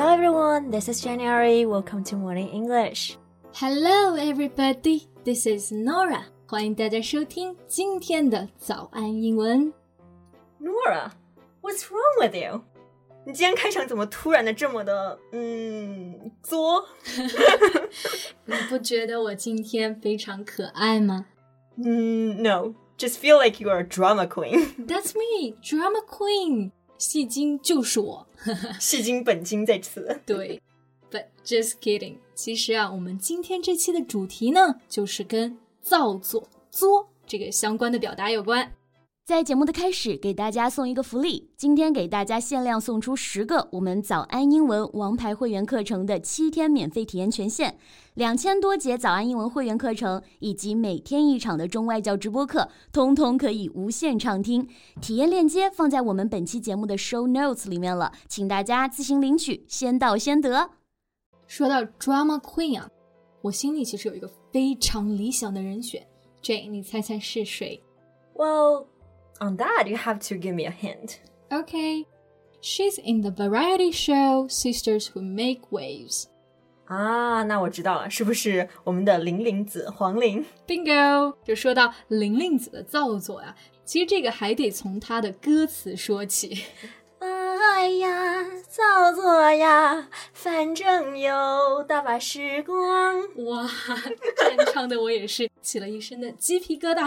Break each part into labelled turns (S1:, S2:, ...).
S1: everyone, this is January. Welcome to Morning English.
S2: Hello, everybody. This is Nora. 欢迎大家收听今天的早安英文。
S1: Nora, what's wrong with you? 你今天开场怎么突然的这么的嗯作？
S2: 你不觉得我今天非常可爱吗
S1: 嗯，No, just feel like you are a drama queen.
S2: ？That's me, drama queen. 戏精就是我。
S1: 戏精本精在此。
S2: 对，But just kidding。其实啊，我们今天这期的主题呢，就是跟造作、作这个相关的表达有关。
S3: 在节目的开始，给大家送一个福利，今天给大家限量送出十个我们早安英文王牌会员课程的七天免费体验权限，两千多节早安英文会员课程以及每天一场的中外教直播课，通通可以无限畅听。体验链接放在我们本期节目的 show notes 里面了，请大家自行领取，先到先得。
S2: 说到 drama queen 啊，我心里其实有一个非常理想的人选，J，你猜猜是谁
S1: Well, on that you have to give me a hint.
S2: ？OK，she's、in the variety show Sisters Who Make Waves。
S1: 啊，Ah, 那我知道了，是不是我们的玲玲子黄玲？
S2: Bingo！就说到玲玲子的造作呀、其实这个还得从她的歌词说起。
S1: 哎呀，造作呀，反正有大把时光。
S2: 哇，这样唱的我也是起了一身的鸡皮疙瘩。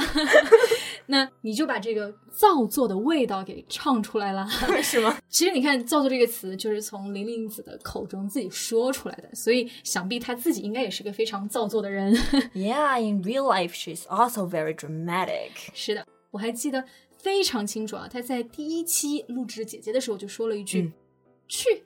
S2: 那你就把这个造作的味道给唱出来了。
S1: 是吗？
S2: 其实你看“造作”这个词，就是从玲玲子的口中自己说出来的，所以想必她自己应该也是个非常造作的人。
S1: Yeah, in real life, she's also very dramatic.
S2: 是的，我还记得非常清楚啊，她在第一期录制姐姐的时候就说了一句：“
S1: 嗯
S2: 去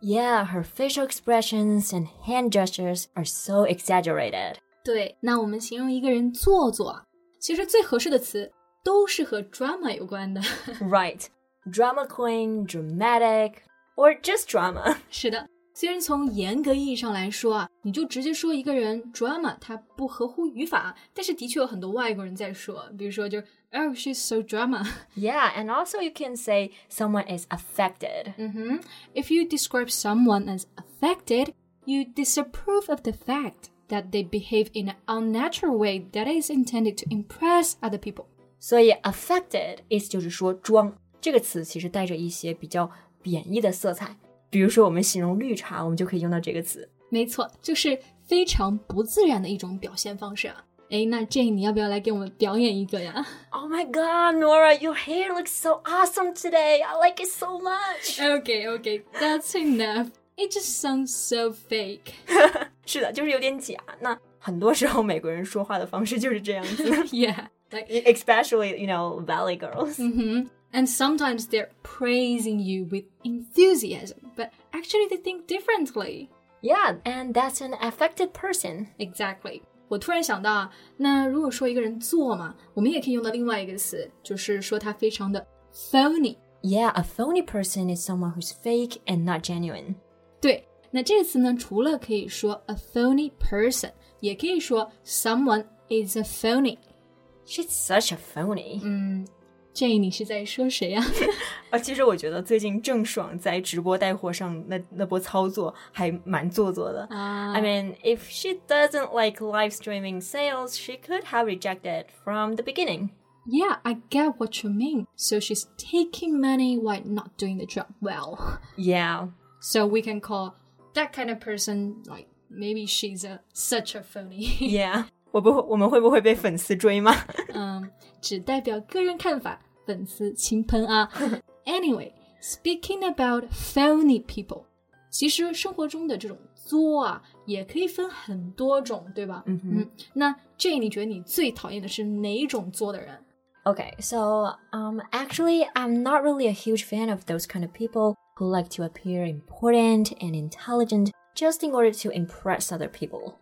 S1: Yeah, her facial expressions and hand gestures are so exaggerated.
S2: 对，那我们形容一个人做作啊，其实最合适的词都是和 drama 有关的。
S1: Right. Drama queen, dramatic, or just drama.
S2: 是的，虽然从严格意义上来说啊，你就直接说一个人 drama，它不合乎语法，但是的确有很多外国人在说，比如说就是 Oh, she's so drama。
S1: Yeah, and also you can say someone is affected.
S2: 嗯哼，If Mm-hmm. you describe someone as affected, you disapprove of the fact that they behave in an unnatural way that is intended to impress other people。
S1: 所以 affected 意思就是说装这个词其实带着一些比较贬义的色彩，比如说我们形容绿茶，我们就可以用到这个词。
S2: 没错，就是非常不自然的一种表现方式啊。哎，那 Jane，你要不要来给我们表演一个呀？
S1: Oh my god, Nora, your hair looks so awesome today. I like it so much.
S2: Okay, okay, that's enough. It just sounds so fake.
S1: 是的，就是有点假。那很多时候美国人说话的方式就是这样子
S2: Yeah, like,
S1: ，especially you know valley girls。
S2: mhm. and sometimes they're praising you with enthusiasm, but actually they think differently.
S1: Yeah, and that's an affected person.
S2: Exactly. 我突然想到啊，那如果说一个人做嘛，我们也可以用到另外一个词，就是说他非常的 phony。
S1: Yeah, a phony person is someone who's fake and not genuine.
S2: 对，那这个词呢，除了可以说 a phony person，也可以说 someone is a phony。
S1: She's such a phony.
S2: 嗯，J，你是在说谁呀、
S1: 啊，其实我觉得最近郑爽在直播带货上那那波操作还蛮做作的。
S2: 啊
S1: I mean, if she doesn't like live streaming sales, she could have rejected from the beginning.
S2: Yeah, I get what you mean. So she's taking money while not doing the job well.
S1: Yeah.
S2: So we can call that kind of person like maybe she's a such a phony.
S1: Yeah. 我不会，我们会不会被粉丝追骂？
S2: um, 只代表个人看法，粉丝轻喷啊。anyway, speaking about phony people. 其实生活中的这种作啊，也可以分很多种，对吧？
S1: 嗯哼
S2: 嗯，那 J，你觉得你最讨厌的是哪一种作的人？
S1: Okay, so um, actually, I'm not really a huge fan of those kind of people who like to appear important and intelligent just in order to impress other people.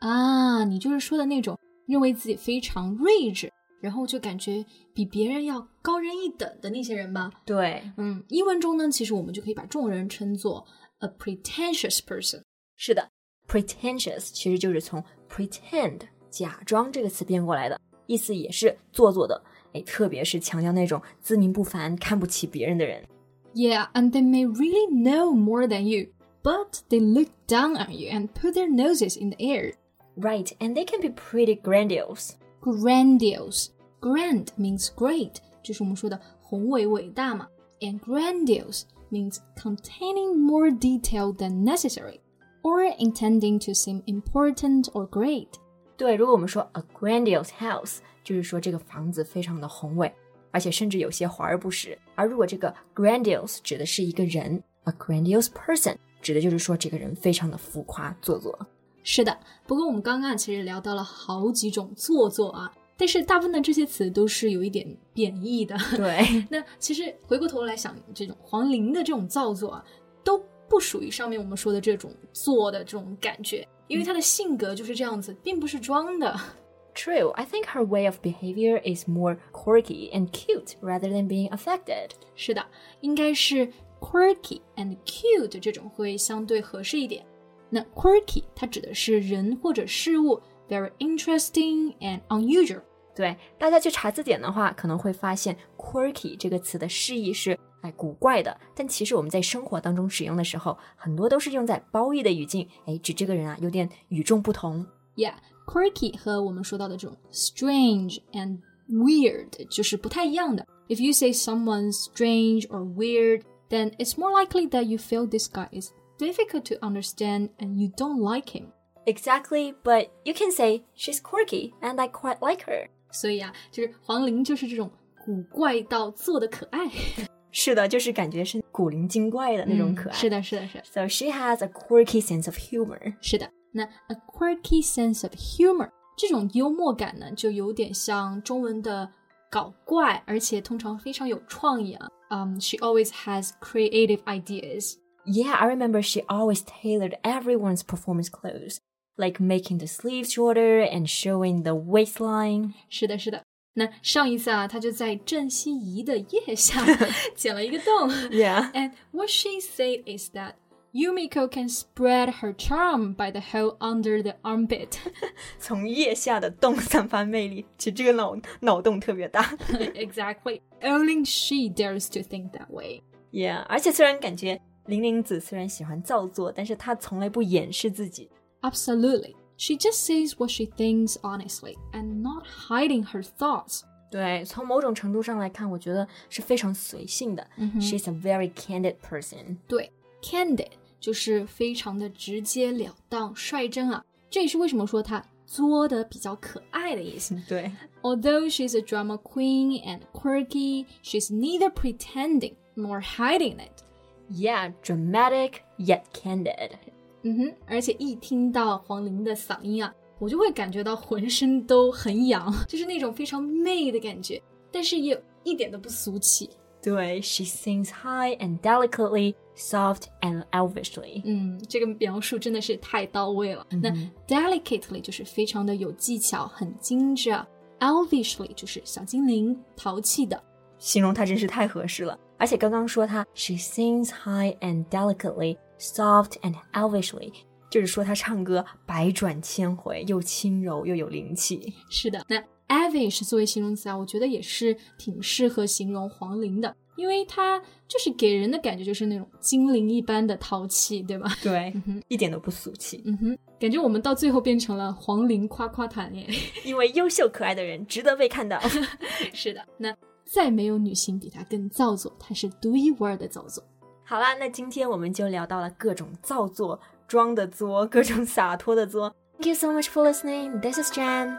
S2: 啊，你就是说的那种认为自己非常睿智，然后就感觉比别人要高人一等的那些人吧？
S1: 对，
S2: 嗯，英文中呢，其实我们就可以把这种人称作 a pretentious person。
S1: 是的，pretentious 其实就是从 pretend 假装这个词变过来的，意思也是做作的。哎，特别是强调那种自命不凡、看不起别人的人。
S2: Yeah, and they may really know more than you, but they look down on you and put their noses in the air.
S1: Right, and they can be pretty grandiose.
S2: Grandiose. Grand means great，就是我们说的宏伟、伟大嘛。And grandiose means containing more detail than necessary, or intending to seem important or great.
S1: 对，如果我们说 a grandiose house，就是说这个房子非常的宏伟，而且甚至有些华而不实。而如果这个 grandiose 指的是一个人，a grandiose person 指的就是说这个人非常的浮夸做作。
S2: 是的，不过我们刚刚其实聊到了好几种做作啊，但是大部分的这些词都是有一点贬义的。
S1: 对，
S2: 那其实回过头来想，这种黄龄的这种造作啊，都不属于上面我们说的这种作的这种感觉，因为她的性格就是这样子，并不是装的。
S1: True, I think her way of behavior is more quirky and cute rather than being affected.
S2: 是的，应该是 quirky and cute 这种会相对合适一点。那 quirky 它指的是人或者事物 very interesting and unusual。
S1: 对，大家去查字典的话，可能会发现 “quirky” 这个词的释义是哎古怪的，但其实我们在生活当中使用的时候，很多都是用在褒义的语境，哎，指这个人啊有点与众不同。
S2: Yeah, quirky 和我们说到的这种 strange and weird 就是不太一样的。If you say someone's strange or weird, then it's more likely that you feel this guy is difficult to understand and you don't like him.
S1: Exactly, but you can say she's quirky and I quite like her.
S2: 所以啊，就是黄龄就是这种古怪到做的可爱，
S1: 是的，就是感觉是古灵精怪的那种可爱。
S2: 是的，是的，是的，
S1: So she has a quirky sense of humor.
S2: 是的。那 a quirky sense of humor 这种幽默感呢，就有点像中文的搞怪，而且通常非常有创意啊。嗯、s h e always has creative ideas.
S1: Yeah, I remember she always tailored everyone's performance clothes, like making the sleeves shorter and showing the waistline.
S2: 是的，是的。那上一次啊，他就在郑希怡的腋下剪了一个洞。
S1: Yeah.
S2: And what she said is that Yumiko can spread her charm by the hole under the armpit.
S1: 从腋下的洞散发魅力，其实这个脑脑洞特别大。
S2: exactly. Only she dares to think that way.
S1: Yeah，而且虽然感觉玲玲子虽然喜欢造作，但是她从来不掩饰自己。
S2: Absolutely. She just says what she thinks honestly and not hiding her thoughts.
S1: 对，从某种程度上来看，我觉得是非常随性的。She's a very candid person。
S2: 对，candid 就是非常的直截了当、率真啊。这也是为什么说她作的比较可爱的意思。
S1: 对
S2: Although she's a drama queen and quirky, she's neither pretending nor hiding it.
S1: ，Yeah，dramatic yet candid。
S2: 嗯哼，而且一听到黄龄的嗓音啊，我就会感觉到浑身都很痒，就是那种非常媚的感觉，但是也一点都不俗气。
S1: 对，She sings high and delicately, soft and elvishly。
S2: 嗯，这个描述真的是太到位了。那 delicately 就是非常的有技巧，很精致啊。Elvishly 就是小精灵，淘气的。
S1: 形容她真是太合适了。而且刚刚说她，she sings high and delicately, soft and elvishly，就是说她唱歌百转千回，又轻柔又有灵气。
S2: 是的，那 avish 作为形容词啊，我觉得也是挺适合形容黄龄的，因为她就是给人的感觉就是那种精灵一般的淘气，对吧？
S1: 对，一点都不俗气，
S2: 嗯哼，感觉我们到最后变成了黄龄夸夸团耶。
S1: 因为优秀可爱的人值得被 看到。
S2: 是的，那再没有女性比她更造作，她是独一无二的造作。
S1: 好啦，那今天我们就聊到了各种造作、装的作、各种洒脱的作。Thank you so much for listening. This is Jan.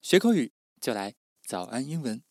S4: 学口语就来早安英文。